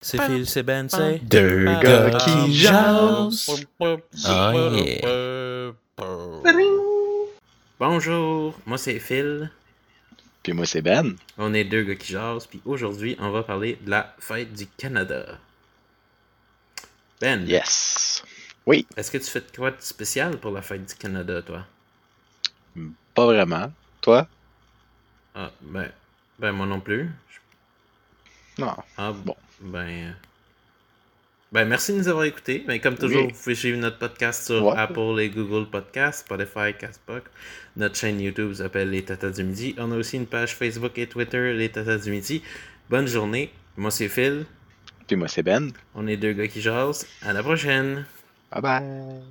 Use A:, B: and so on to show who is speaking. A: C'est Phil, c'est Ben, c'est.
B: Deux gars qui jasent. Ah,
A: Bonjour, moi c'est Phil.
B: Puis moi, c'est Ben.
A: On est deux gars qui jasent, puis aujourd'hui on va parler de la fête du Canada. Ben,
B: Yes.
A: est-ce que tu fais de quoi de spécial pour la fête du Canada, toi
B: Pas vraiment. Toi?
A: Ah, ben, ben moi non plus. Je-
B: Non.
A: Ah,
B: Bon.
A: Ben, euh, ben, merci de nous avoir écoutés. Ben, comme toujours,
B: Oui.
A: vous pouvez suivre notre podcast sur
B: Ouais.
A: Apple et Google Podcasts, Spotify, Castbox. Notre chaîne YouTube s'appelle Les Tatas du Midi. On a aussi une page Facebook et Twitter, Les Tatas du Midi. Bonne journée. Moi, c'est Phil.
B: Puis moi, c'est Ben.
A: On est deux gars qui jasent. À la prochaine.
B: Bye bye.